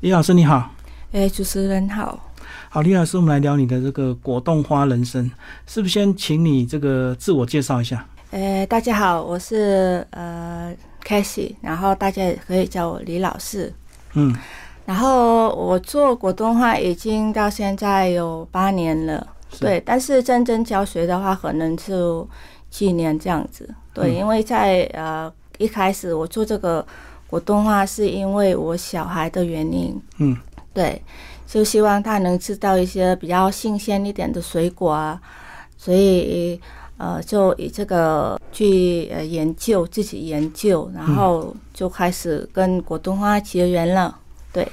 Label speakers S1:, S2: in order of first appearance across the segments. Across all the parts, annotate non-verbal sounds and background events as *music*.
S1: 李老师你好，
S2: 哎，主持人好。
S1: 好，李老师，我们来聊你的这个果冻花人生，是不是先请你这个自我介绍一下？
S2: 哎，大家好，我是呃 c a s e y 然后大家也可以叫我李老师。
S1: 嗯，
S2: 然后我做果冻话已经到现在有八年了，
S1: 是
S2: 对。但是真正教学的话，可能就几年这样子，对。
S1: 嗯
S2: 因为在呃一开始我做这个果冻话，是因为我小孩的原因，
S1: 嗯，
S2: 对，就希望他能吃到一些比较新鲜一点的水果啊，所以呃，就以这个去呃研究，自己研究，然
S1: 嗯
S2: 后就开始跟果冻花结缘了。
S1: 哎，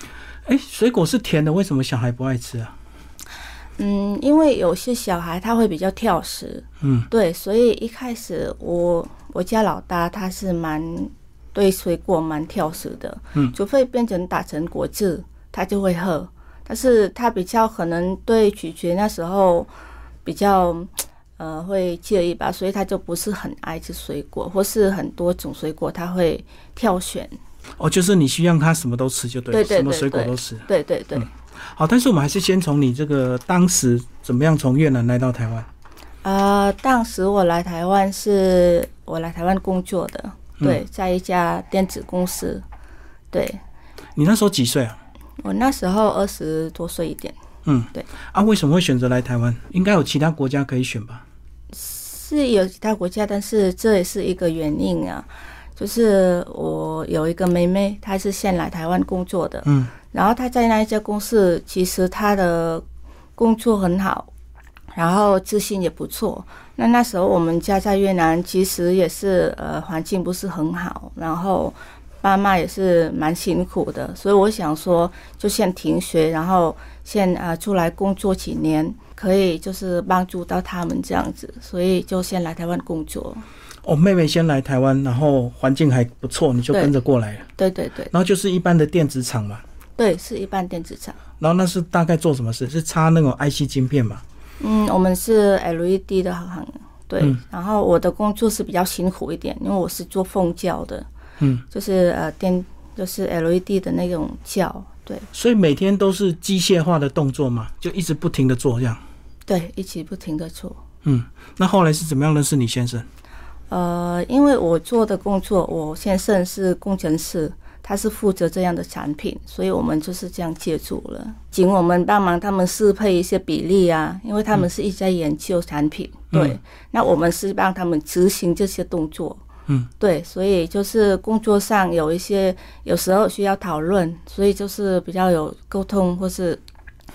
S1: 水果是甜的，为什么小孩不爱吃啊？
S2: 嗯，因为有些小孩他会比较挑食，
S1: 嗯
S2: 对，所以一开始我我家老大他是蛮对水果蛮挑食的，
S1: 嗯
S2: 除非变成打成果汁，他就会喝。但是他比较可能对咀嚼那时候比较呃会介意吧，所以他就不是很爱吃水果，或是很多种水果他会挑选。
S1: 哦，就是你希望他什么都吃就对了，
S2: 对对
S1: 什么
S2: 对
S1: 水果
S2: 对
S1: 都吃。
S2: 对对对，
S1: 好，但是我们还是先从你这个当时怎么样从越南来到台湾？
S2: 呃，当时我来台湾是我来台湾工作的，
S1: 嗯
S2: 对，在一家电子公司，对
S1: 你那时候几岁啊？
S2: 我那时候二十多岁一点，
S1: 嗯，
S2: 对。
S1: 啊，为什么会选择来台湾？应该有其他国家可以选吧？
S2: 是有其他国家，但是这也是一个原因啊。就是我有一个妹妹，她是先来台湾工作的，
S1: 嗯，
S2: 然后她在那一家公司，其实她的工作很好，然后自信也不错。那那时候我们家在越南，其实也是呃环境不是很好，然后爸妈也是蛮辛苦的，所以我想说就先停学，然后先啊、呃出来工作几年，可以就是帮助到他们这样子，所以就先来台湾工作。
S1: 哦，妹妹先来台湾，然后环境还不错，你就
S2: 对
S1: 跟着过来了。
S2: 对对对
S1: 然后就是一般的电子厂嘛。
S2: 对，是一般电子厂。
S1: 然后那是大概做什么事？是插那种 IC 晶片嘛？
S2: 嗯，我们是 LED 的行业，对。
S1: 嗯
S2: 然后我的工作是比较辛苦一点，因为我是做缝胶的，
S1: 嗯，
S2: 就是呃电，就是 LED 的那种胶，对
S1: 所以每天都是机械化的动作嘛，就一直不停的做这样。
S2: 对，一起不停的做。
S1: 嗯，那后来是怎么样认识你先生？
S2: 呃，因为我做的工作，我先生是工程师，他是负责这样的产品，所以我们就是这样接触了，请我们帮忙他们适配一些比例啊，因为他们是一直在研究产品，
S1: 嗯
S2: 对，那我们是帮他们执行这些动作。
S1: 嗯，
S2: 对，所以就是工作上有一些，有时候需要讨论，所以就是比较有沟通或是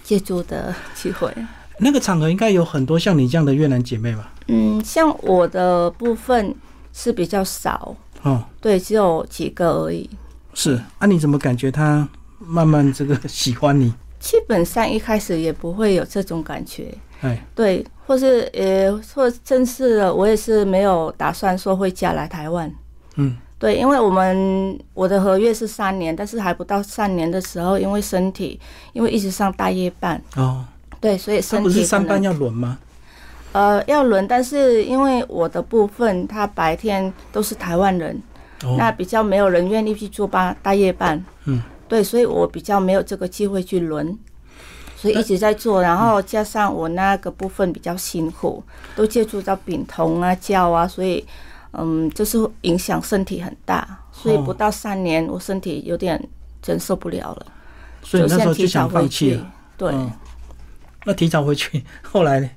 S2: 接触的机会。
S1: 那个场合应该有很多像你这样的越南姐妹吧？
S2: 嗯，像我的部分是比较少，
S1: 哦，
S2: 对，只有几个而已。
S1: 是啊，你怎么感觉她慢慢这个喜欢
S2: *laughs*
S1: 你？
S2: 基本上一开始也不会有这种感觉，
S1: 哎，
S2: 对，或是呃，或正式的，我也是没有打算说会嫁来台湾，
S1: 嗯，
S2: 对，因为我们我的合约是三年，但是还不到三年的时候，因为身体，因为一直上大夜班，
S1: 哦，
S2: 对，所以
S1: 她
S2: 身
S1: 不
S2: 体
S1: 是
S2: 可
S1: 上
S2: 能
S1: 班要轮吗？
S2: 呃要轮，但是因为我的部分，他白天都是台湾人，那
S1: 哦，
S2: 比较没有人愿意去做八大夜班，
S1: 嗯，
S2: 对，所以我比较没有这个机会去轮，所以一直在做，然后加上我那个部分比较辛苦，都接触到丙酮啊、胶啊，所以嗯，就是影响身体很大，所以
S1: 哦
S2: 不到三年，我身体有点真受不了了，
S1: 所以你那时候就
S2: 先提早
S1: 想
S2: 回
S1: 放弃
S2: 去
S1: 了。。
S2: 对，
S1: 嗯那提早回去， *laughs* 后来呢？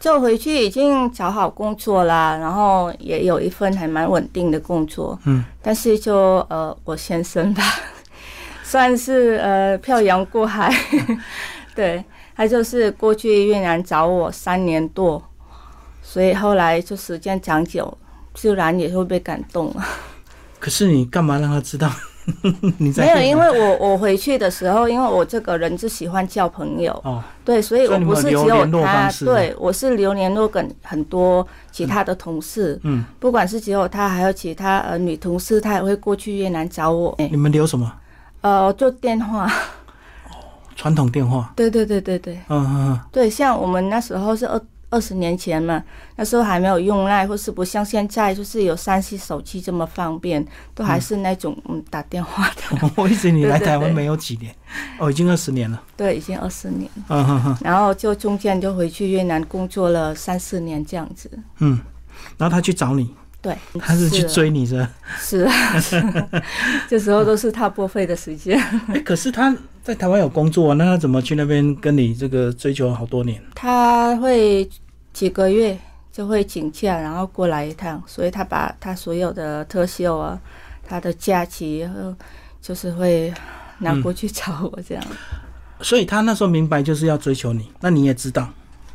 S2: 就回去已经找好工作啦，然后也有一份还蛮稳定的工作，
S1: 嗯，
S2: 但是就呃，我先生吧， *laughs* 算是呃漂洋过海， *laughs* 对他就是过去越南找我三年多，所以后来就时间长久，自然也会被感动了。
S1: 可是你干嘛让她知道 *laughs* 你在
S2: 没
S1: 越
S2: 有，
S1: 南？
S2: 因为我我回去的时候，因为我这个人就喜欢交朋友，
S1: 哦，
S2: 对，所以
S1: 所以
S2: 我
S1: 你
S2: 不
S1: 们
S2: 是只
S1: 有
S2: 有
S1: 联络
S2: 他
S1: 方，式
S2: 对我是留联络跟很多其他的同事，
S1: 嗯，
S2: 不管是只有她，还有其他呃女同事，她也会过去越南找我。哎
S1: 你们留什么？
S2: 呃，做电话，
S1: 传统电话？
S2: *laughs* 对对对对对
S1: 嗯嗯嗯。
S2: 对，像我们那时候是二二十年前嘛，那时候还没有用赖，或是不像现在，就是有三 C 手机这么方便，都还是那种嗯打电话的。
S1: 嗯 *laughs* 我一直你来
S2: 对对
S1: 台湾
S2: 对
S1: 没有几年，哦，已经二十年了。
S2: *laughs* 对，已经二十年，
S1: 嗯哼哼，
S2: 然后就中间就回去越南工作了三四年这样子。
S1: 嗯，然后他去找你，
S2: 对，
S1: 他是
S2: 啊
S1: 去追你
S2: *laughs*
S1: 是吧？
S2: 是啊，是啊，这时候都是他破费的时间。
S1: 哎，可是他在台湾有工作啊，那他怎么去那边跟你这个追求好多年？
S2: 他会几个月就会请假，然后过来一趟，所以他把他所有的特休啊，他的假期，呃就是会拿过去找我这样。
S1: 所以他那时候明白就是要追求你，那你也知道，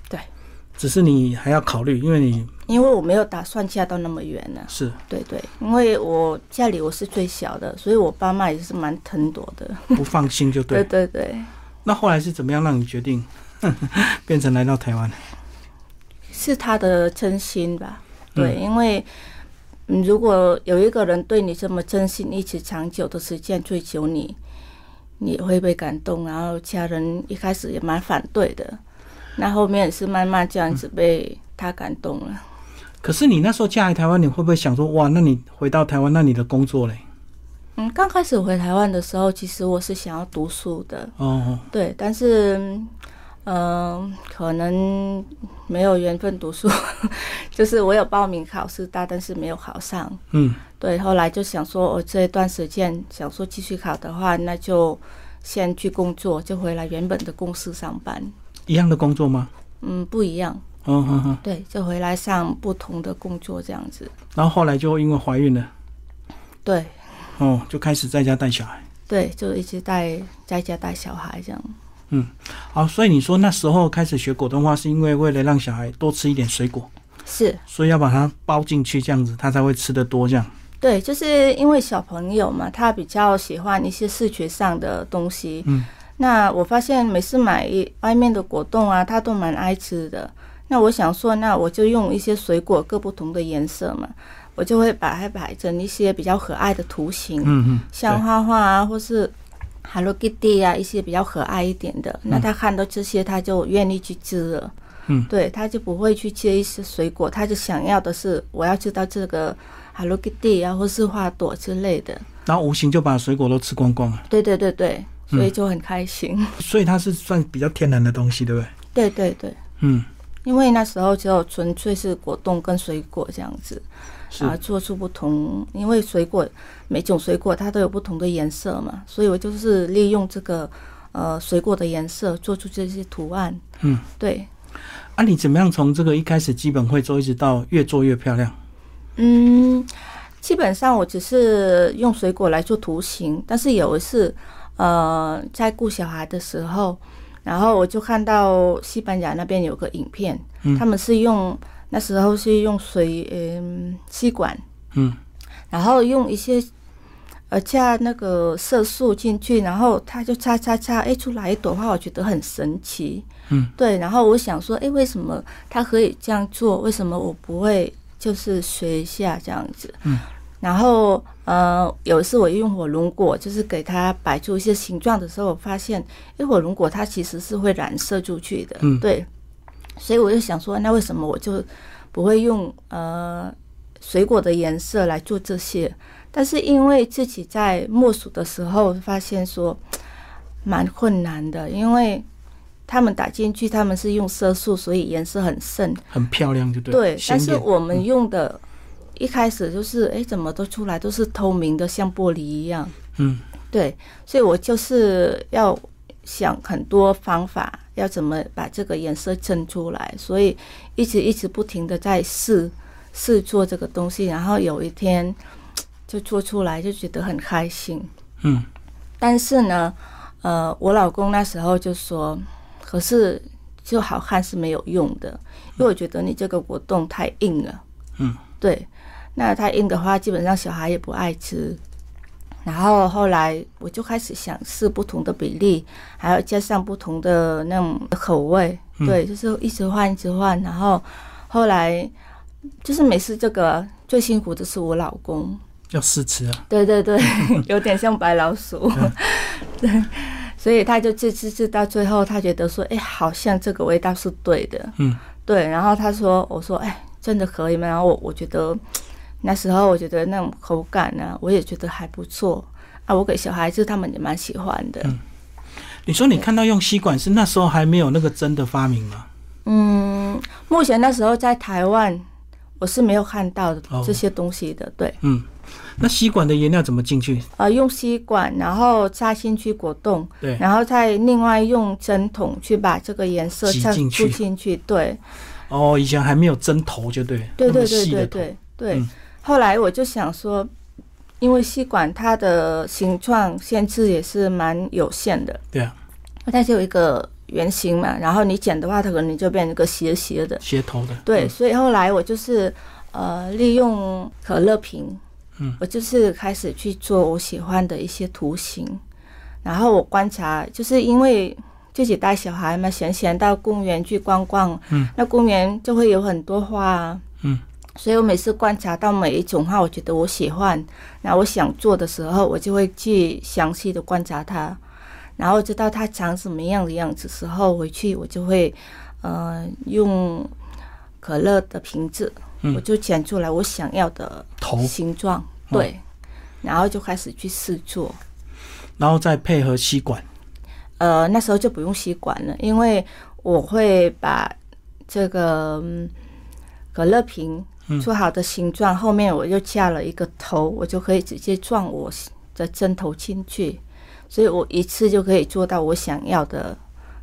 S2: 对，
S1: 只是你还要考虑，因为你
S2: *laughs* 因为我没有打算嫁到那么远呢、
S1: 是
S2: 对对，因为我家里我是最小的，所以我爸妈也是蛮疼我的。
S1: 不放心就对。
S2: 对 *laughs* 对对，
S1: 那后来是怎么样让你决定 *laughs* 变成来到台湾？
S2: 是他的真心吧？对，因为嗯，如果有一个人对你这么真心，一直长久的时间追求你，你也会被感动。然后家人一开始也蛮反对的，那后面也是慢慢这样子被他感动了。
S1: 可是你那时候嫁来台湾，你会不会想说，哇，那你回到台湾，那你的工作嘞？
S2: 嗯，刚开始回台湾的时候，其实我是想要读书的，
S1: 哦，
S2: 对，但是，嗯、呃可能没有缘分读书， *laughs* 就是我有报名考师大，但是没有考上。
S1: 嗯，
S2: 对，后来就想说，我、这一段时间想说继续考的话，那就先去工作，就回来原本的公司上班。
S1: 一样的工作吗？
S2: 嗯，不一样，
S1: 哦哦哦，
S2: 对，就回来上不同的工作这样子。
S1: 然后后来就因为怀孕了，
S2: 对
S1: 哦，就开始在家带小孩。
S2: 对，就一直带在家带小孩这样。
S1: 好，所以你说那时候开始学果冻花，是因为为了让小孩多吃一点水果，
S2: 是
S1: 所以要把它包进去，这样子他才会吃得多。这样，
S2: 对，就是因为小朋友嘛，他比较喜欢一些视觉上的东西。
S1: 嗯，
S2: 那我发现每次买一外面的果冻啊，他都蛮爱吃的。那我想说，那我就用一些水果各不同的颜色嘛，我就会把它摆成一些比较可爱的图形，
S1: 嗯嗯，
S2: 像
S1: 对
S2: 画画啊，或是 Hello Kitty 啊，一些比较可爱一点的。那他看到这些，他就愿意去吃了。
S1: 嗯
S2: 对，他就不会去切一些水果，他就想要的是我要知道这个 Hello Kitty 啊，或是花朵之类的。
S1: 然后无形就把水果都吃光啊光了，
S2: 对对对对，
S1: 嗯
S2: 所以就很开心。 *laughs*
S1: 所以它是算比较天然的东西，对不对？
S2: 对对对，
S1: 嗯，
S2: 因为那时候只有纯粹是果冻跟水果这样子，
S1: 是
S2: 啊，做出不同，因为水果每种水果它都有不同的颜色嘛，所以我就是利用这个呃水果的颜色做出这些图案。
S1: 嗯，
S2: 对，
S1: 啊，你怎么样从这个一开始基本会做，一直到越做越漂亮？
S2: 嗯，基本上我只是用水果来做图形，但是有一次，呃，在顾小孩的时候，然后我就看到西班牙那边有个影片，
S1: 嗯
S2: 他们是用那时候是用水嗯吸管，
S1: 嗯，
S2: 然后用一些呃加那个色素进去，然后它就擦擦擦，哎，出来一朵花，我觉得很神奇。
S1: 嗯，
S2: 对。然后我想说，哎，为什么它可以这样做？为什么我不会就是学一下这样子？
S1: 嗯。
S2: 然后，呃，有一次我用火龙果，就是给它摆出一些形状的时候，我发现，因为火龙果它其实是会染色出去的，
S1: 嗯
S2: 对，所以我就想说，那为什么我就不会用呃水果的颜色来做这些，但是因为自己在默数的时候发现说蛮困难的，因为他们打进去他们是用色素，所以颜色很深。
S1: 很漂亮，就对。嗯
S2: 对，
S1: 显
S2: 但是
S1: 眼
S2: 我们用的，一开始就是哎怎么都出来都是透明的，像玻璃一样。
S1: 嗯，
S2: 对，所以我就是要想很多方法，要怎么把这个颜色蒸出来，所以一直一直不停的在试试做这个东西，然后有一天就做出来，就觉得很开心。
S1: 嗯，
S2: 但是呢，呃，我老公那时候就说，可是就好看是没有用的，因为我觉得你这个果冻太硬了。
S1: 嗯，
S2: 对，那太硬的话，基本上小孩也不爱吃。然后后来我就开始想试不同的比例，还有加上不同的那种口味，
S1: 嗯
S2: 对，就是一直换一直换。然后后来就是每次这个最辛苦的是我老公，
S1: 要试吃啊。
S2: 对对对，有点像白老鼠。 *laughs* 对，所以他就吃吃吃到最后，他觉得说，哎，好像这个味道是对的。
S1: 嗯，
S2: 对，然后他说，我说，哎，真的可以吗？然后我我觉得嗯那时候我觉得那种口感呢、我也觉得还不错啊，我给小孩子他们也蛮喜欢的。
S1: 你说你看到用吸管是那时候还没有那个针的发明吗？
S2: 嗯，目前那时候在台湾我是没有看到
S1: 哦
S2: 这些东西的，对，
S1: 嗯，那吸管的颜料怎么进去？
S2: 呃，用吸管然后插进去果冻，
S1: 对，
S2: 然后再另外用针筒去把这个颜色
S1: 挤
S2: 再
S1: 进去
S2: 注进去，对，
S1: 哦，以前还没有针头，就对，那
S2: 对
S1: 么
S2: 对对
S1: 细的
S2: 对
S1: 头，
S2: 对对。
S1: 嗯
S2: 后来我就想说，因为吸管它的形状限制也是蛮有限的，
S1: 对啊，
S2: 它就有一个圆形嘛，然后你剪的话，它可能就变成一个斜斜的。
S1: 斜头的，
S2: 对，
S1: 嗯，
S2: 所以后来我就是呃利用可乐瓶，
S1: 嗯，
S2: 我就是开始去做我喜欢的一些图形，然后我观察，就是因为自己带小孩嘛，闲闲到公园去逛逛，
S1: 嗯，
S2: 那公园就会有很多花啊，
S1: 嗯。
S2: 所以我每次观察到每一种花，我觉得我喜欢，然后我想做的时候，我就会去详细的观察它，然后知道它长什么样的样子时候，回去我就会，呃，用可乐的瓶子，
S1: 嗯
S2: 我就剪出来我想要的
S1: 头，
S2: 形状，
S1: 哦
S2: 对，然后就开始去试做。
S1: 然后再配合吸管，
S2: 呃，那时候就不用吸管了，因为我会把这个嗯可乐瓶
S1: 嗯
S2: 做好的形状，后面我又加了一个头，我就可以直接撞我的针头进去，所以我一次就可以做到我想要的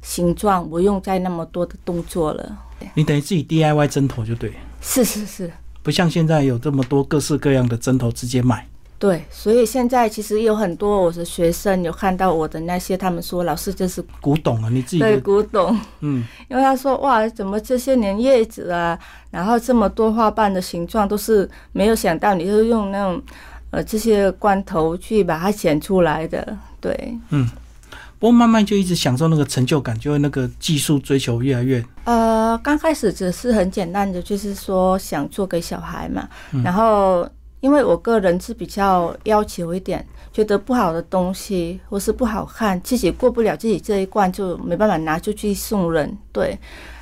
S2: 形状，不用再那么多的动作了。
S1: 你等于自己 DIY 针头就对，
S2: 是是是。
S1: 不像现在有这么多各式各样的针头直接买，
S2: 对，所以现在其实有很多我的学生有看到我的那些，他们说老师这是
S1: 古董啊，你自己
S2: 对
S1: 的，
S2: 古董， *laughs*
S1: 嗯，
S2: 因为他说哇，怎么这些年叶子啊，然后这么多花瓣的形状都是没有想到，你就用那种呃这些罐头去把它剪出来的，对，
S1: 不过慢慢就一直享受那个成就感，就会那个技术追求越来越，
S2: 呃，刚开始只是很简单的，就是说想做给小孩嘛。然后，因为我个人是比较要求一点，觉得不好的东西或是不好看，自己过不了自己这一关，就没办法拿出去送人。对，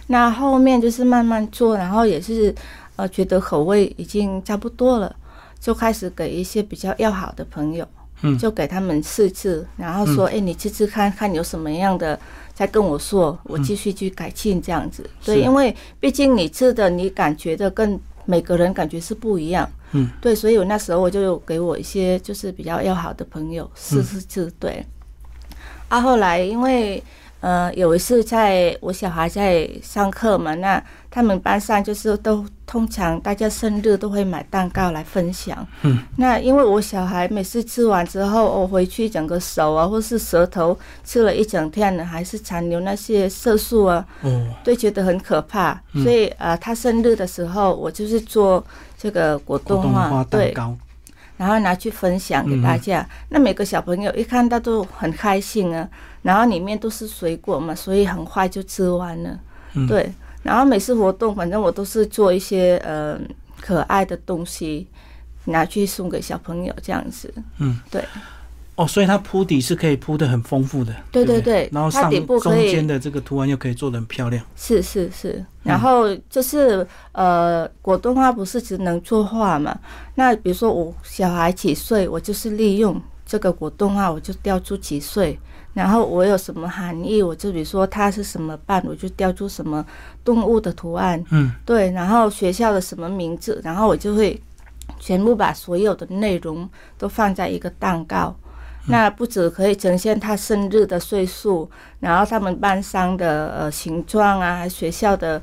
S2: 那后面就是慢慢做，然后也是呃，觉得口味已经差不多了，就开始给一些比较要好的朋友。
S1: 嗯
S2: 就给他们试吃，然后说：“哎、你吃吃看看有什么样的再跟我说，我继续去改进这样子。
S1: 嗯
S2: 对，
S1: 是
S2: 因为毕竟你吃的，你感觉的跟每个人感觉是不一样。
S1: 嗯，
S2: 对，所以我那时候我就有给我一些就是比较要好的朋友
S1: 嗯
S2: 试试吃，对。啊，后来因为呃有一次在我小孩在上课嘛，那他们班上就是都通常大家生日都会买蛋糕来分享。
S1: 嗯，
S2: 那因为我小孩每次吃完之后，我回去整个手啊或是舌头吃了一整天了，还是残留那些色素啊，
S1: 哦，
S2: 对，觉得很可怕。
S1: 嗯
S2: 所以呃，他生日的时候，我就是做这个果
S1: 古
S2: 冻
S1: 董
S2: 化，
S1: 花蛋
S2: 对，
S1: 糕，
S2: 然后拿去分享给大家。那每个小朋友一看到都很开心啊，然后里面都是水果嘛，所以很快就吃完了。
S1: 嗯
S2: 对，然后每次活动，反正我都是做一些呃可爱的东西，拿去送给小朋友这样子。
S1: 嗯，
S2: 对，
S1: 哦，所以它铺底是可以铺的很丰富的，
S2: 对
S1: 对
S2: 对
S1: 不对
S2: 对
S1: 然后
S2: 它
S1: 上
S2: 底部
S1: 中
S2: 可以
S1: 间的这个图案又可以做的很漂亮，
S2: 是是是，然后就是、呃，果冻花不是只能做画嘛？那比如说我小孩几岁，我就是利用这个果冻花，我就雕出几岁。然后我有什么含义，我就比如说它是什么瓣，我就雕出什么动物的图案，
S1: 嗯，
S2: 对，然后学校的什么名字，然后我就会全部把所有的内容都放在一个蛋糕。那不只可以呈现他生日的岁数，然后他们班上的呃形状啊，还学校的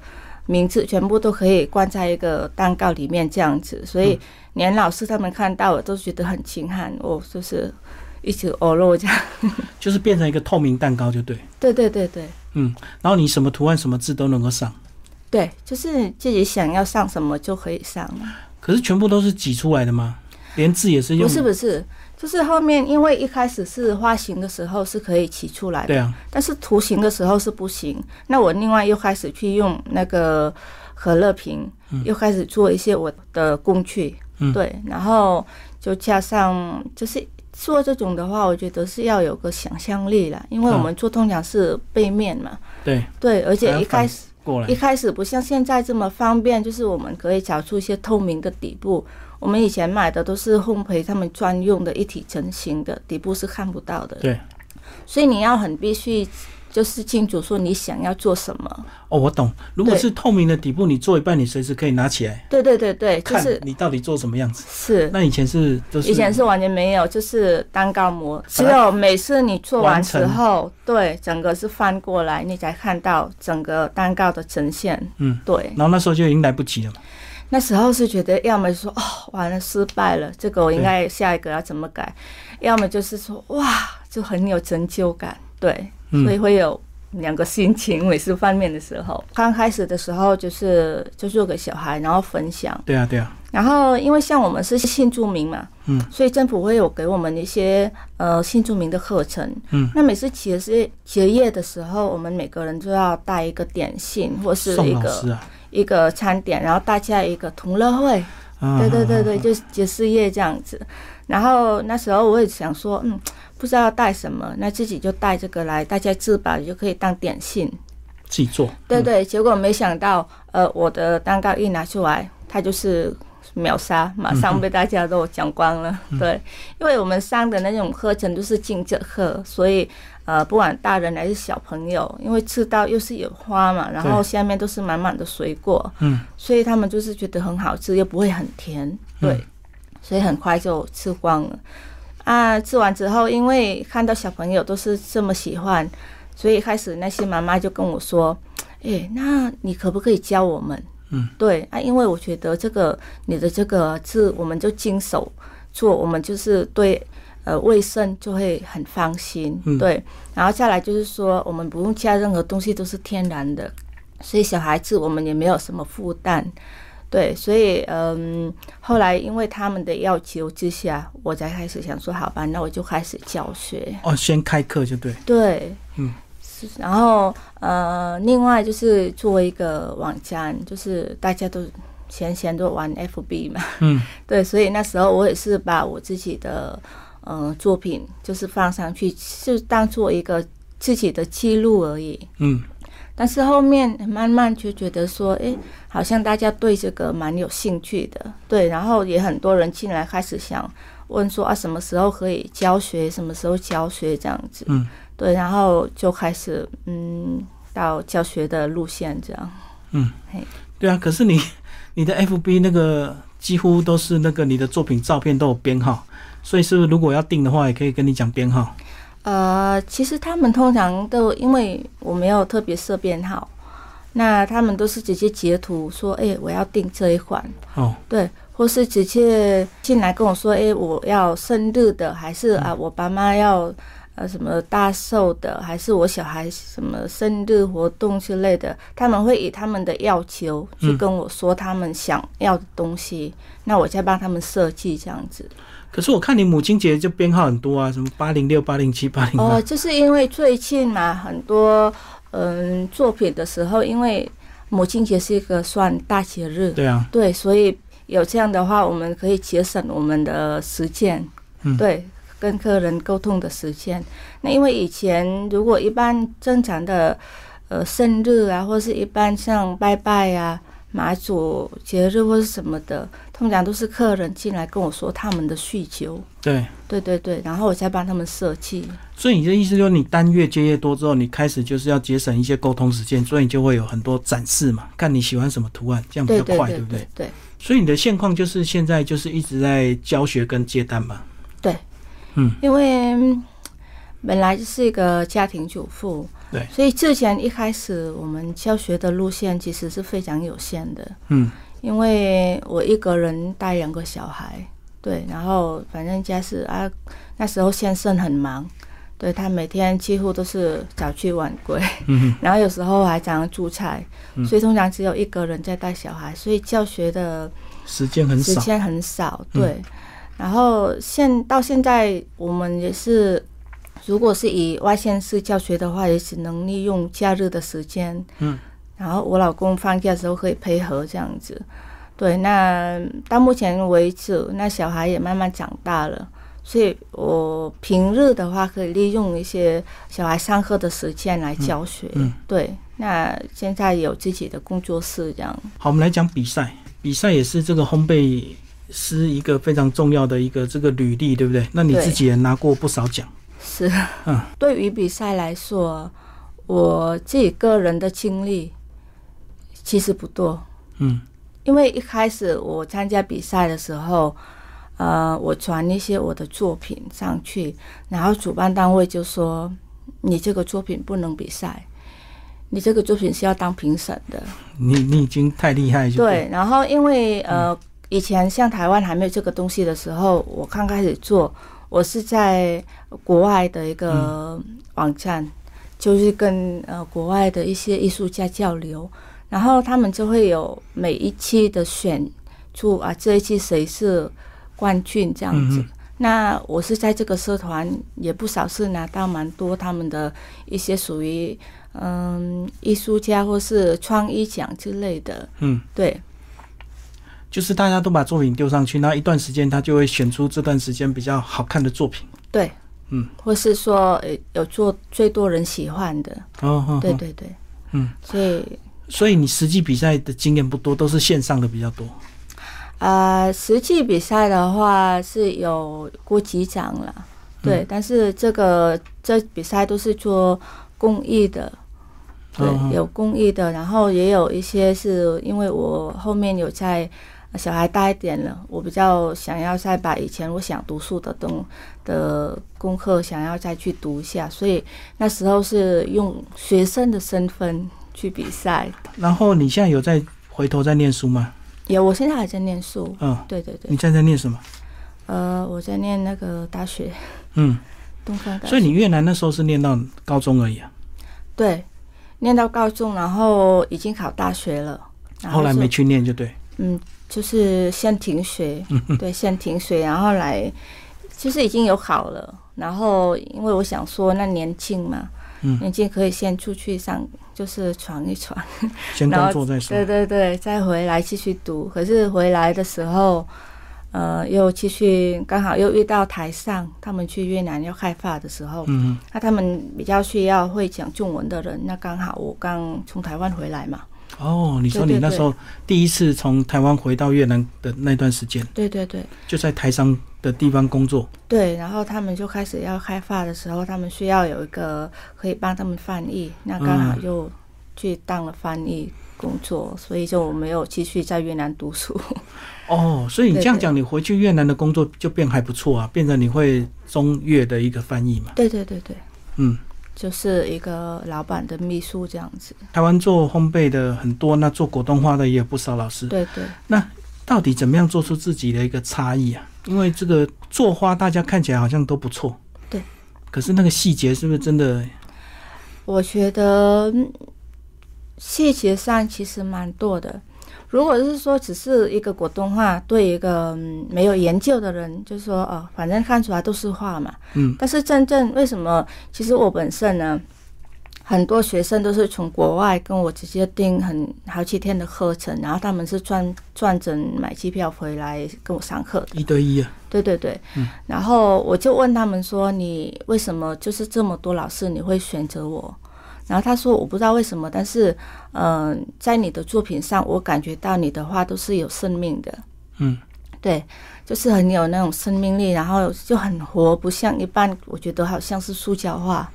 S2: 名字，全部都可以灌在一个蛋糕里面这样子。所以连老师他们看到我都觉得很惊撼，我就是一直哦喽这样。 *laughs*
S1: 就是变成一个透明蛋糕就对，
S2: 对对对对
S1: 嗯，然后你什么图案什么字都能够上，
S2: 对，就是自己想要上什么就可以上嘛。
S1: 可是全部都是挤出来的吗？连字也是用
S2: 不是不是，就是后面因为一开始是花形的时候是可以起出来的，
S1: 对啊，
S2: 但是图形的时候是不行。那我另外又开始去用那个可乐瓶，又开始做一些我的工具，
S1: 嗯
S2: 对，然后就加上就是。做这种的话，我觉得是要有个想象力啦，因为我们做通常是背面嘛，
S1: 对，
S2: 对，而
S1: 嗯还
S2: 且
S1: 要
S2: 一开始
S1: 过来
S2: 一，开始不像现在这么方便，就是我们可以找出一些透明的底部。我们以前买的都是烘焙他们专用的一体成型的，底部是看不到的。
S1: 对，
S2: 所以你要很必须，就是清楚说你想要做什么。
S1: 哦，我懂。如果
S2: 对
S1: 是透明的底部，你做一半，你随时可以拿起来
S2: 对对对对，就
S1: 看
S2: 是
S1: 你到底做什么样子。
S2: 是。
S1: 那以前是就是
S2: 以前是完全没有，就是蛋糕模，只
S1: 把它
S2: 有每次你做
S1: 完
S2: 完
S1: 成
S2: 之后，对，整个是翻过来，你才看到整个蛋糕的呈现。
S1: 嗯，
S2: 对。
S1: 然后那时候就已经来不及了嘛。
S2: 那时候是觉得，要么说哦，完了失败了，这个我应该下一个要怎么改；要么就是说哇，就很有成就感，对，所以
S1: 嗯，
S2: 会有两个心情。每次翻面的时候，刚开始的时候就是就做给小孩，然后分享。
S1: 对啊，对啊，
S2: 然后因为像我们是新住民嘛，
S1: 嗯，
S2: 所以政府会有给我们一些呃新住民的课程，
S1: 嗯，
S2: 那每次结业结业的时候，我们每个人就要带一个点心或是
S1: 宋
S2: 一
S1: 老
S2: 个
S1: 师啊，
S2: 一个餐点，然后大家一个同乐会，
S1: 啊
S2: 对对对对，，就是结事业这样子。然后那时候我也想说，嗯，不知道要带什么，那自己就带这个来，大家自保就可以当点心。
S1: 自己做。
S2: 对
S1: 嗯
S2: 对，结果没想到，呃，我的蛋糕一拿出来，它就是秒杀，马
S1: 嗯
S2: 上被大家都抢光了。对，因为我们上的那种课程都是竞争课，所以呃，不管大人还是小朋友，因为吃到又是有花嘛，然后
S1: 对
S2: 下面都是满满的水果，
S1: 嗯，
S2: 所以他们就是觉得很好吃，又不会很甜，对，
S1: 嗯
S2: 所以很快就吃光了。啊，吃完之后，因为看到小朋友都是这么喜欢，所以一开始那些妈妈就跟我说：“哎，那你可不可以教我们？”
S1: 嗯，
S2: 对啊，因为我觉得这个你的这个是我们就经手做，我们就是对呃卫生就会很放心，
S1: 嗯
S2: 对。然后再来就是说，我们不用加任何东西，都是天然的，所以小孩子我们也没有什么负担。对，所以嗯，后来因为他们的要求之下，我才开始想说，好吧，那我就开始教学。
S1: 哦，先开课就对。
S2: 对，
S1: 嗯
S2: 是，然后呃，另外就是做一个网站，就是大家都闲闲都玩 FB 嘛，
S1: 嗯，
S2: *laughs* 对，所以那时候我也是把我自己的呃作品就是放上去，就当做一个自己的记录而已。
S1: 嗯，
S2: 但是后面慢慢就觉得说，诶，好像大家对这个蛮有兴趣的，对，然后也很多人进来开始想问说啊，什么时候可以教学，什么时候教学这样子，
S1: 嗯，
S2: 对，然后就开始嗯，到教学的路线这样，
S1: 对啊。可是你 *laughs* 你的 FB 那个几乎都是那个你的作品照片都有编号，所以是不是如果要订的话，也可以跟你讲编号。
S2: 呃，其实他们通常都因为我没有特别设编号，那他们都是直接截图说，诶，我要订这一款，
S1: 哦，
S2: 对，或是直接进来跟我说，诶，我要生日的，还是
S1: 嗯
S2: 啊，我爸妈要呃什么大寿的，还是我小孩什么生日活动之类的，他们会以他们的要求去
S1: 嗯
S2: 跟我说他们想要的东西，那我再帮他们设计这样子。
S1: 可是我看你母亲节就编号很多啊，什么八零六、八零七、八零
S2: 哦，
S1: 八，
S2: 就是因为最近嘛，很多嗯作品的时候，因为母亲节是一个算大节日，
S1: 对啊，
S2: 对，所以有这样的话，我们可以节省我们的时间，
S1: 嗯
S2: 对，跟客人沟通的时间。那因为以前如果一般正常的呃生日啊，或是一般像拜拜啊、马祖节日或是什么的，通常都是客人进来跟我说他们的需求，
S1: 对。
S2: 对对对，然后我再帮他们设计。
S1: 所以你的意思就是，你单月接越多之后，你开始就是要节省一些沟通时间，所以你就会有很多展示嘛，看你喜欢什么图案，这样比
S2: 对
S1: 较
S2: 对
S1: 快，
S2: 对
S1: 不对？
S2: 对
S1: 所以你的现况就是现在就是一直在教学跟接单嘛。
S2: 对，
S1: 嗯，
S2: 因为嗯本来就是一个家庭主妇，
S1: 对
S2: 所以之前一开始我们教学的路线其实是非常有限的，
S1: 嗯，
S2: 因为我一个人带两个小孩，对，然后反正家事啊，那时候先生很忙，对他每天几乎都是早去晚归，
S1: 嗯
S2: *laughs* 然后有时候还常常出差
S1: 嗯，
S2: 所以通常只有一个人在带小孩，所以教学的
S1: 时间很
S2: 时
S1: 少。
S2: 间很少，
S1: 嗯
S2: 对。然后现到现在，我们也是，如果是以外县市教学的话，也只能利用假日的时间，
S1: 嗯。
S2: 然后我老公放假的时候可以配合这样子，对。那到目前为止，那小孩也慢慢长大了，所以我平日的话可以利用一些小孩上课的时间来教学。
S1: 嗯嗯
S2: 对，那现在有自己的工作室这样。
S1: 好，我们来讲比赛。比赛也是这个烘焙师一个非常重要的一个这个履历，对不对？那你
S2: 对
S1: 自己也拿过不少奖。
S2: 是，
S1: 嗯
S2: *laughs* 对于比赛来说，我自己个人的经历其实不多，
S1: 嗯
S2: 因为一开始我参加比赛的时候，呃，我传一些我的作品上去，然后主办单位就说你这个作品不能比赛，你这个作品是要当评审的。
S1: 你你已经太厉害就
S2: 对，然后因为呃，以前像台湾还没有这个东西的时候，我刚开始做，我是在国外的一个网站，就是跟呃国外的一些艺术家交流，然后他们就会有每一期的选出啊，这一期谁是冠军这样子。
S1: 嗯嗯
S2: 那我是在这个社团也不少是拿到蛮多他们的一些属于嗯艺术家或是创意奖之类的，
S1: 嗯，
S2: 对，
S1: 就是大家都把作品丢上去，那一段时间他就会选出这段时间比较好看的作品。嗯
S2: 或是说呃有做最多人喜欢的，
S1: 哦哦，
S2: 对
S1: 哦
S2: 对对，
S1: 嗯，
S2: 所以
S1: 所以你实际比赛的经验不多，都是线上的比较多。
S2: 呃，实际比赛的话是有过几场了，对，但是这个这比赛都是做公益的。对
S1: 嗯嗯，
S2: 有公益的，然后也有一些是因为我后面有在呃小孩大一点了，我比较想要再把以前我想读书的东的功课想要再去读一下，所以那时候是用学生的身份去比赛。
S1: 然后你现在有在回头在念书吗？
S2: 也，我现在还在念书，
S1: 嗯，
S2: 对对对
S1: 你，现在在念什么？
S2: 呃，我在念那个大学，
S1: 嗯，
S2: 东方大学。
S1: 所以你越南那时候是念到高中而已啊，
S2: 对，念到高中，然后已经考大学了，然
S1: 后来
S2: 就
S1: 没去念就对。
S2: 嗯，就是先停学，对，先停学，然后来，其实已经有考了，然后因为我想说，那年轻嘛，
S1: 嗯
S2: 年轻可以先出去上，就是闯一闯，
S1: 先
S2: 然
S1: 工
S2: 后
S1: 作再说
S2: 对。对对，再回来继续读。可是回来的时候，呃，又继续刚好又遇到台上他们去越南要开发的时候，
S1: 嗯，
S2: 那他们比较需要会讲中文的人，那刚好我刚从台湾回来嘛，
S1: 哦，你说
S2: 对对
S1: 你那
S2: 对
S1: 时候第一次从台湾回到越南的那段时间，
S2: 对对对。
S1: 就在台商的地方工作。
S2: 对，然后他们就开始要开发的时候，他们需要有一个可以帮他们翻译，那刚好
S1: 嗯
S2: 又去当了翻译工作，所以就没有继续在越南读书。 *laughs*
S1: 哦，所以你
S2: 对
S1: 这样讲，你回去越南的工作就变还不错啊，变成你会中越的一个翻译嘛。
S2: 对对对对，
S1: 嗯，
S2: 就是一个老板的秘书这样子。
S1: 台湾做烘焙的很多，那做果冻花的也有不少老师。
S2: 对对
S1: 到底怎么样做出自己的一个差异啊？因为这个做花大家看起来好像都不错，
S2: 对，
S1: 可是那个细节是不是真的？
S2: 我觉得嗯细节上其实蛮多的。如果是说只是一个广东话，对一个、嗯没有研究的人，就说哦，反正看出来都是画嘛。
S1: 嗯
S2: 但是真正为什么？其实我本身呢，很多学生都是从国外跟我直接订很好几天的课程，然后他们是赚赚整买机票回来跟我上课的。
S1: 一对一啊，
S2: 对对对，然后我就问他们说：“你为什么就是这么多老师，你会选择我？”然后他说：“我不知道为什么，但是，嗯、在你的作品上，我感觉到你的话都是有生命的，
S1: 嗯
S2: 对，就是很有那种生命力，然后就很活，不像一般，我觉得好像是塑胶画。”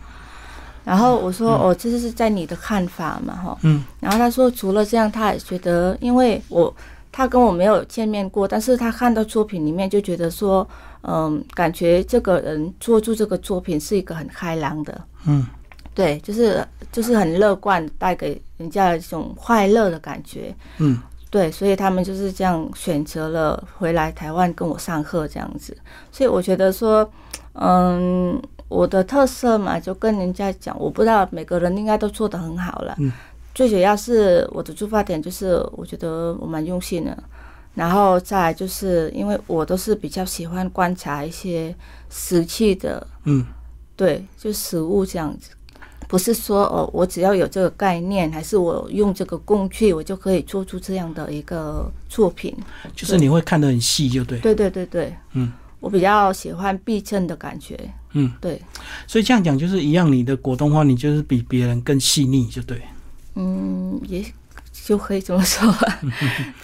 S2: 然后我说：“哦，这就是在你的看法嘛，哈。”
S1: 嗯
S2: 然后他说，除了这样，他也觉得，因为我他跟我没有见面过，但是他看到作品里面就觉得说，嗯，感觉这个人做出这个作品是一个很开朗的，
S1: 嗯，
S2: 对，就是就是很乐观，带给人家一种快乐的感觉，
S1: 嗯，
S2: 对，所以他们就是这样选择了回来台湾跟我上课这样子，所以我觉得说，嗯，我的特色嘛，就跟人家讲，我不知道每个人应该都做得很好了，
S1: 嗯，
S2: 最主要是我的出发点就是我觉得我蛮用心的。然后再来就是因为我都是比较喜欢观察一些实际的
S1: 嗯，
S2: 对，就食物这样子，不是说哦，我只要有这个概念，还是我用这个工具，我就可以做出这样的一个作品。
S1: 就是你会看得很细，就对。
S2: 对对对对，
S1: 嗯，
S2: 我比较喜欢避震的感觉。
S1: 嗯，
S2: 对，
S1: 所以这样讲就是一样，你的果冻花你就是比别人更细腻，就对。
S2: 嗯，也就可以这么说。
S1: *laughs*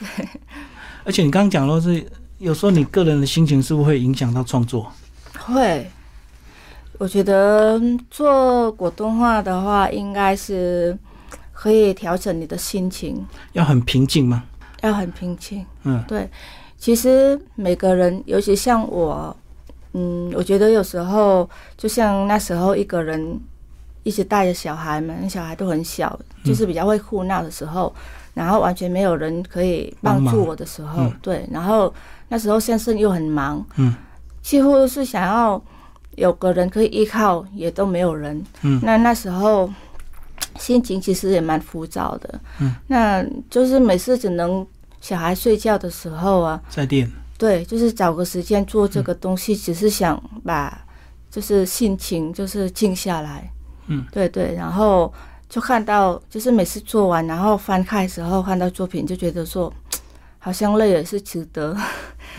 S1: 而且你刚刚讲到是，有时候你个人的心情是不是会影响到创作？
S2: 会，我觉得做果冻画的话，应该是可以调整你的心情，
S1: 要很平静吗？
S2: 要很平静。
S1: 嗯，
S2: 对，其实每个人，尤其像我，嗯，我觉得有时候就像那时候一个人一直带着小孩们，小孩都很小，
S1: 嗯
S2: 就是比较会哭闹的时候，然后完全没有人可以帮
S1: 帮
S2: 助
S1: 忙
S2: 我的时候，
S1: 嗯
S2: 对，然后那时候先生又很忙，
S1: 嗯，
S2: 几乎是想要有个人可以依靠，也都没有人，
S1: 嗯
S2: 那那时候。心情其实也蛮浮躁的，
S1: 嗯，
S2: 那就是每次只能小孩睡觉的时候啊，
S1: 在练。
S2: 对，就是找个时间做这个东西，只是想把就是心情就是静下来。
S1: 嗯，
S2: 对对，然后就看到就是每次做完，然后翻开的时候看到作品，就觉得说好像累也是值得。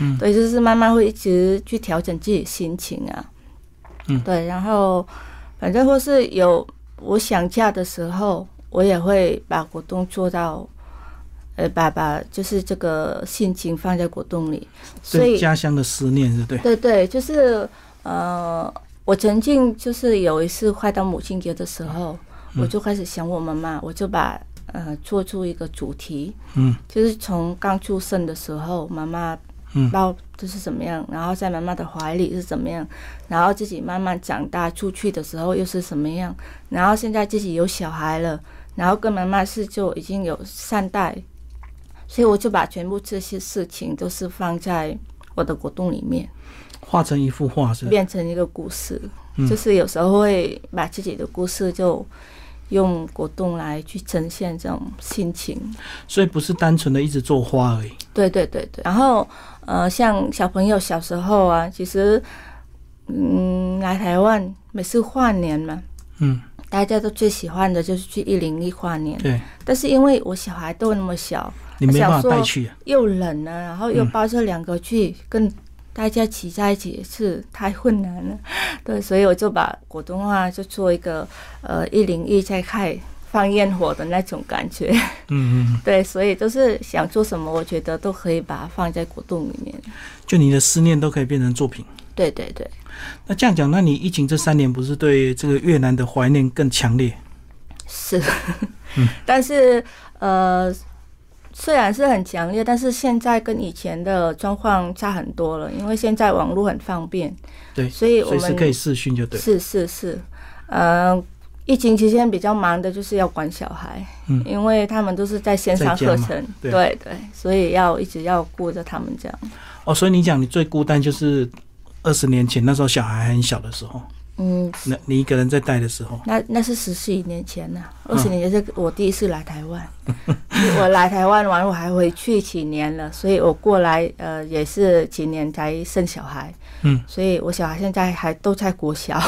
S1: 嗯，
S2: *laughs* 对，就是慢慢会一直去调整自己心情啊。
S1: 嗯
S2: 对，然后反正或是有我想家的时候，我也会把果冻做到。呃，把把就是这个心情放在果冻里，所
S1: 对
S2: 以
S1: 家乡的思念，对不对？
S2: 对对，就是呃，我曾经就是有一次快到母亲节的时候，我就开始想我妈妈，我就把呃做出一个主题，
S1: 嗯
S2: 就是从刚出生的时候，妈妈
S1: 嗯
S2: 抱就是怎么样，然后在妈妈的怀里是怎么样，然后自己慢慢长大出去的时候又是什么样，然后现在自己有小孩了，然后跟妈妈是就已经有善待，所以我就把全部这些事情都是放在我的果冻里面。
S1: 画成一幅画是不是。
S2: 变成一个故事，
S1: 嗯
S2: 就是有时候会把自己的故事就用果冻来去呈现这种心情。
S1: 所以不是单纯的一直做花而已。
S2: 对对对对。然后呃，像小朋友小时候啊，其实嗯来台湾每次跨年嘛，
S1: 嗯，
S2: 大家都最喜欢的就是去一零一跨年，
S1: 对，
S2: 但是因为我小孩都那么小，
S1: 你没
S2: 想
S1: 办法
S2: 说
S1: 带去、啊。
S2: 又冷了，然后又抱着两个去、跟大家挤在一起是太困难了， *laughs* 对，所以我就把果冻啊就做一个呃一零一在看放焰火的那种感觉， *laughs*
S1: 嗯嗯嗯，
S2: 对，所以就是想做什么，我觉得都可以把它放在果冻里面，
S1: 就你的思念都可以变成作品。
S2: 对对对，
S1: 那这样讲，那你疫情这三年不是对这个越南的怀念更强烈？
S2: 是， *laughs* 但是呃。虽然是很强烈，但是现在跟以前的状况差很多了，因为现在网络很方便，
S1: 对，
S2: 所以我
S1: 随
S2: 们
S1: 时可以视讯就对。
S2: 是是是，呃，疫情期间比较忙的就是要管小孩，
S1: 嗯
S2: 因为他们都是在线上
S1: 在家
S2: 课
S1: 嘛
S2: 程，
S1: 对
S2: 对对，所以要一直要顾着他们这样。
S1: 哦，所以你讲你最孤单就是二十年前那时候小孩还很小的时候，
S2: 嗯，
S1: 那你一个人在带的时候，
S2: 那那是十四年前呢、
S1: 嗯
S2: 二十年前是我第一次来台湾， *laughs* 我来台湾玩，我还回去几年了，所以我过来呃也是几年才生小孩，
S1: 嗯，
S2: 所以我小孩现在还都在国小，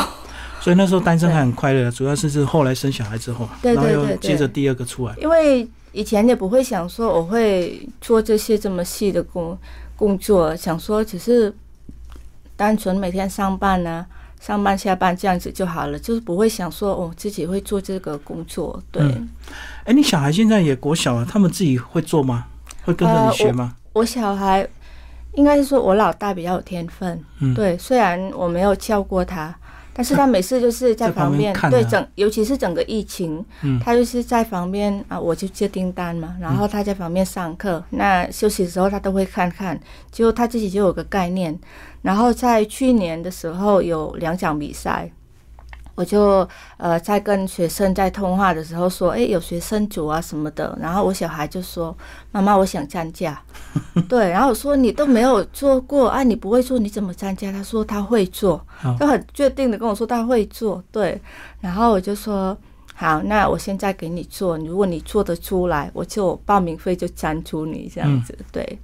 S1: 所以那时候单身还很快乐，主要是是后来生小孩之后，啊
S2: 对对
S1: 然后
S2: 对
S1: 又
S2: 对
S1: 接着第二个出来。
S2: 因为以前也不会想说我会做这些这么细的工工作，想说只是单纯每天上班呢、上班下班这样子就好了，就是不会想说我、哦、自己会做这个工作。对、
S1: 嗯哎，你小孩现在也国小啊了，他们自己会做吗？会跟着你学吗？
S2: 我小孩，应该是说我老大比较有天分，
S1: 嗯
S2: 对，虽然我没有教过他。但是他每次就是在
S1: 在旁
S2: 旁
S1: 边
S2: 边，
S1: 看
S2: 对
S1: 啊
S2: 整，尤其是整个疫情，
S1: 嗯
S2: 他就是在旁边啊，我就接订单嘛，然后他在旁边上课，那休息的时候他都会看看，就他自己就有个概念。然后在去年的时候有两场比赛，我就呃在跟学生在通话的时候说，诶，有学生组啊什么的，然后我小孩就说，妈妈，我想参加。
S1: *laughs*
S2: 对，然后我说你都没有做过啊，你不会做你怎么参加？他说他会做
S1: 好，
S2: 就很确定的跟我说他会做。对，然后我就说好，那我现在给你做，如果你做得出来，我就报名费就赞助你这样子。
S1: 嗯
S2: 对，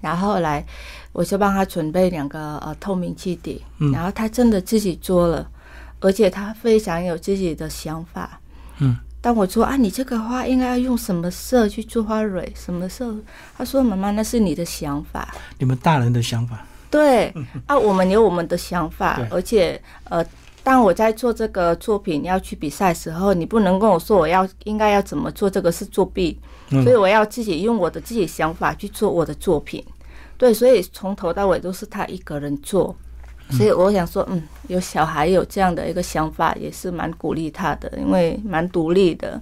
S2: 然后后来我就帮他准备两个呃透明气体，
S1: 嗯
S2: 然后他真的自己做了，而且他非常有自己的想法。
S1: 嗯，
S2: 当我说啊，你这个花应该要用什么色去做花蕊，什么色？他说妈妈，那是你的想法。
S1: 你们大人的想法，
S2: 对 *laughs* 啊，我们有我们的想法
S1: 对，
S2: 而且呃，当我在做这个作品要去比赛的时候，你不能跟我说我要应该要怎么做，这个是作弊，
S1: 嗯
S2: 所以我要自己用我的自己想法去做我的作品。对，所以从头到尾都是他一个人做，所以我想说，嗯，有小孩有这样的一个想法，也是蛮鼓励他的，因为蛮独立的。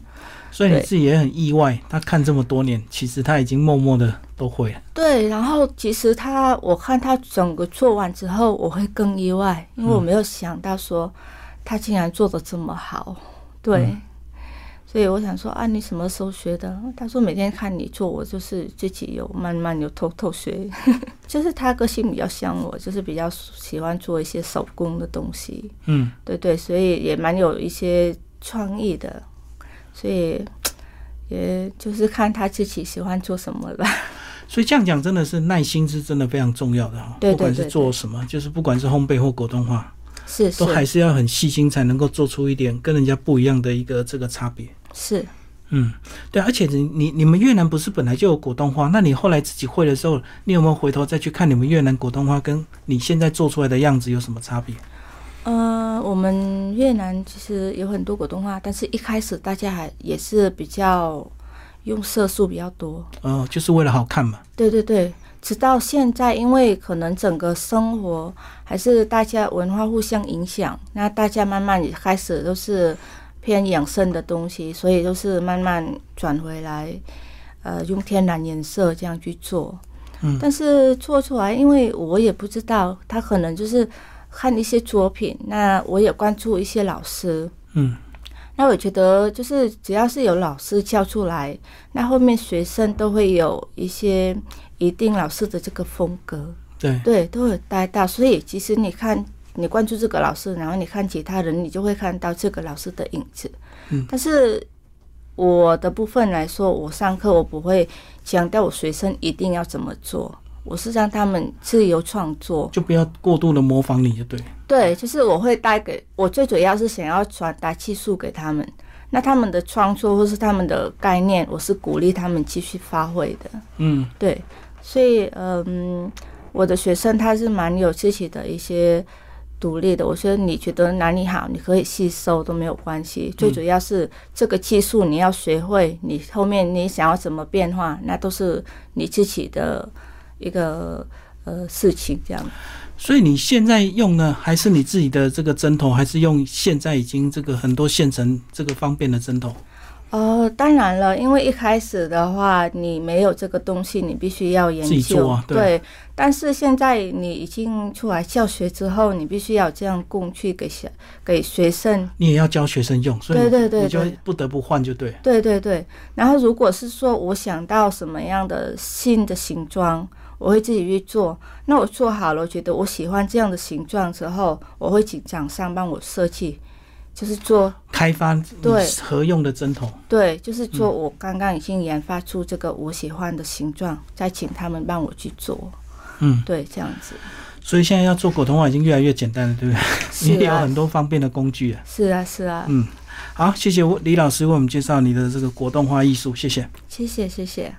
S1: 所以你
S2: 对
S1: 自己也很意外，他看这么多年，其实他已经默默的都会了。
S2: 对，然后其实他，我看他整个做完之后，我会更意外，因为
S1: 嗯
S2: 我没有想到说他竟然做的这么好。对，
S1: 嗯
S2: 所以我想说啊，你什么时候学的？他说每天看你做，我就是自己有慢慢有偷偷学。 *laughs* 就是他个性比较像我，就是比较喜欢做一些手工的东西。
S1: 嗯，
S2: 对对，所以也蛮有一些创意的，所以也就是看他自己喜欢做什么吧。 *laughs*
S1: 所以这样讲真的是耐心是真的非常重要的哈。
S2: 对对
S1: 不管
S2: 对
S1: 是
S2: 对
S1: 做什么，就是不管是烘焙或果冻化，
S2: 是是
S1: 都。还是要很细心，才能够做出一点跟人家不一样的一个这个差别。
S2: 是
S1: 嗯，对啊，而且你你你们越南不是本来就有果冻花？那你后来自己会的时候，你有没有回头再去看你们越南果冻花跟你现在做出来的样子有什么差别？
S2: 呃，我们越南其实有很多果冻花，但是一开始大家还也是比较用色素比较多。
S1: 呃，就是为了好看嘛。
S2: 对对对，直到现在，因为可能整个生活还是大家文化互相影响，那大家慢慢也开始都是偏养生的东西，所以都是慢慢转回来，呃，用天然颜色这样去做。
S1: 嗯
S2: 但是做出来，因为我也不知道，他可能就是看一些作品，那我也关注一些老师，
S1: 嗯，
S2: 那我觉得就是只要是有老师教出来，那后面学生都会有一些一定老师的这个风格，
S1: 对，
S2: 对，都会带到。所以其实你看，你关注这个老师，然后你看其他人，你就会看到这个老师的影子。
S1: 嗯
S2: 但是我的部分来说，我上课我不会强调我学生一定要怎么做，我是让他们自由创作。
S1: 就不要过度的模仿你就对。
S2: 对，就是我会带给我最主要是想要传达技术给他们，那他们的创作或是他们的概念，我是鼓励他们继续发挥的。
S1: 嗯，
S2: 对，所以嗯，我的学生他是蛮有自己的一些独立的。我说你觉得哪里好，你可以吸收都没有关系。最主要是这个技术你要学会，你后面你想要怎么变化，那都是你自己的一个呃事情这样。
S1: 所以你现在用呢，还是你自己的这个针头，还是用现在已经这个很多现成这个方便的针头？
S2: 哦，当然了，因为一开始的话，你没有这个东西，你必须要研
S1: 自己
S2: 究，
S1: 做啊对
S2: 对。但是现在你已经出来教学之后，你必须要有这样工具给小给学生。
S1: 你也要教学生用，所以你
S2: 对对对
S1: 你就
S2: 对
S1: 不得不换就对。
S2: 对对对。然后如果是说我想到什么样的新的形状，我会自己去做。那我做好了，我觉得我喜欢这样的形状之后，我会请厂商帮我设计，就是做
S1: 开发你
S2: 对
S1: 合用的针头，
S2: 对，就是做我刚刚已经研发出这个我喜欢的形状，再请他们帮我去做。
S1: 嗯，
S2: 对，这样子。
S1: 所以现在要做果冻花已经越来越简单了，对不对？你
S2: *laughs* 是
S1: 也有
S2: 啊
S1: 很，多方便的工具啊。
S2: 是啊，是啊。
S1: 嗯，好，谢谢我李老师为我们介绍你的这个果冻花艺术，谢谢。
S2: 谢谢，谢谢。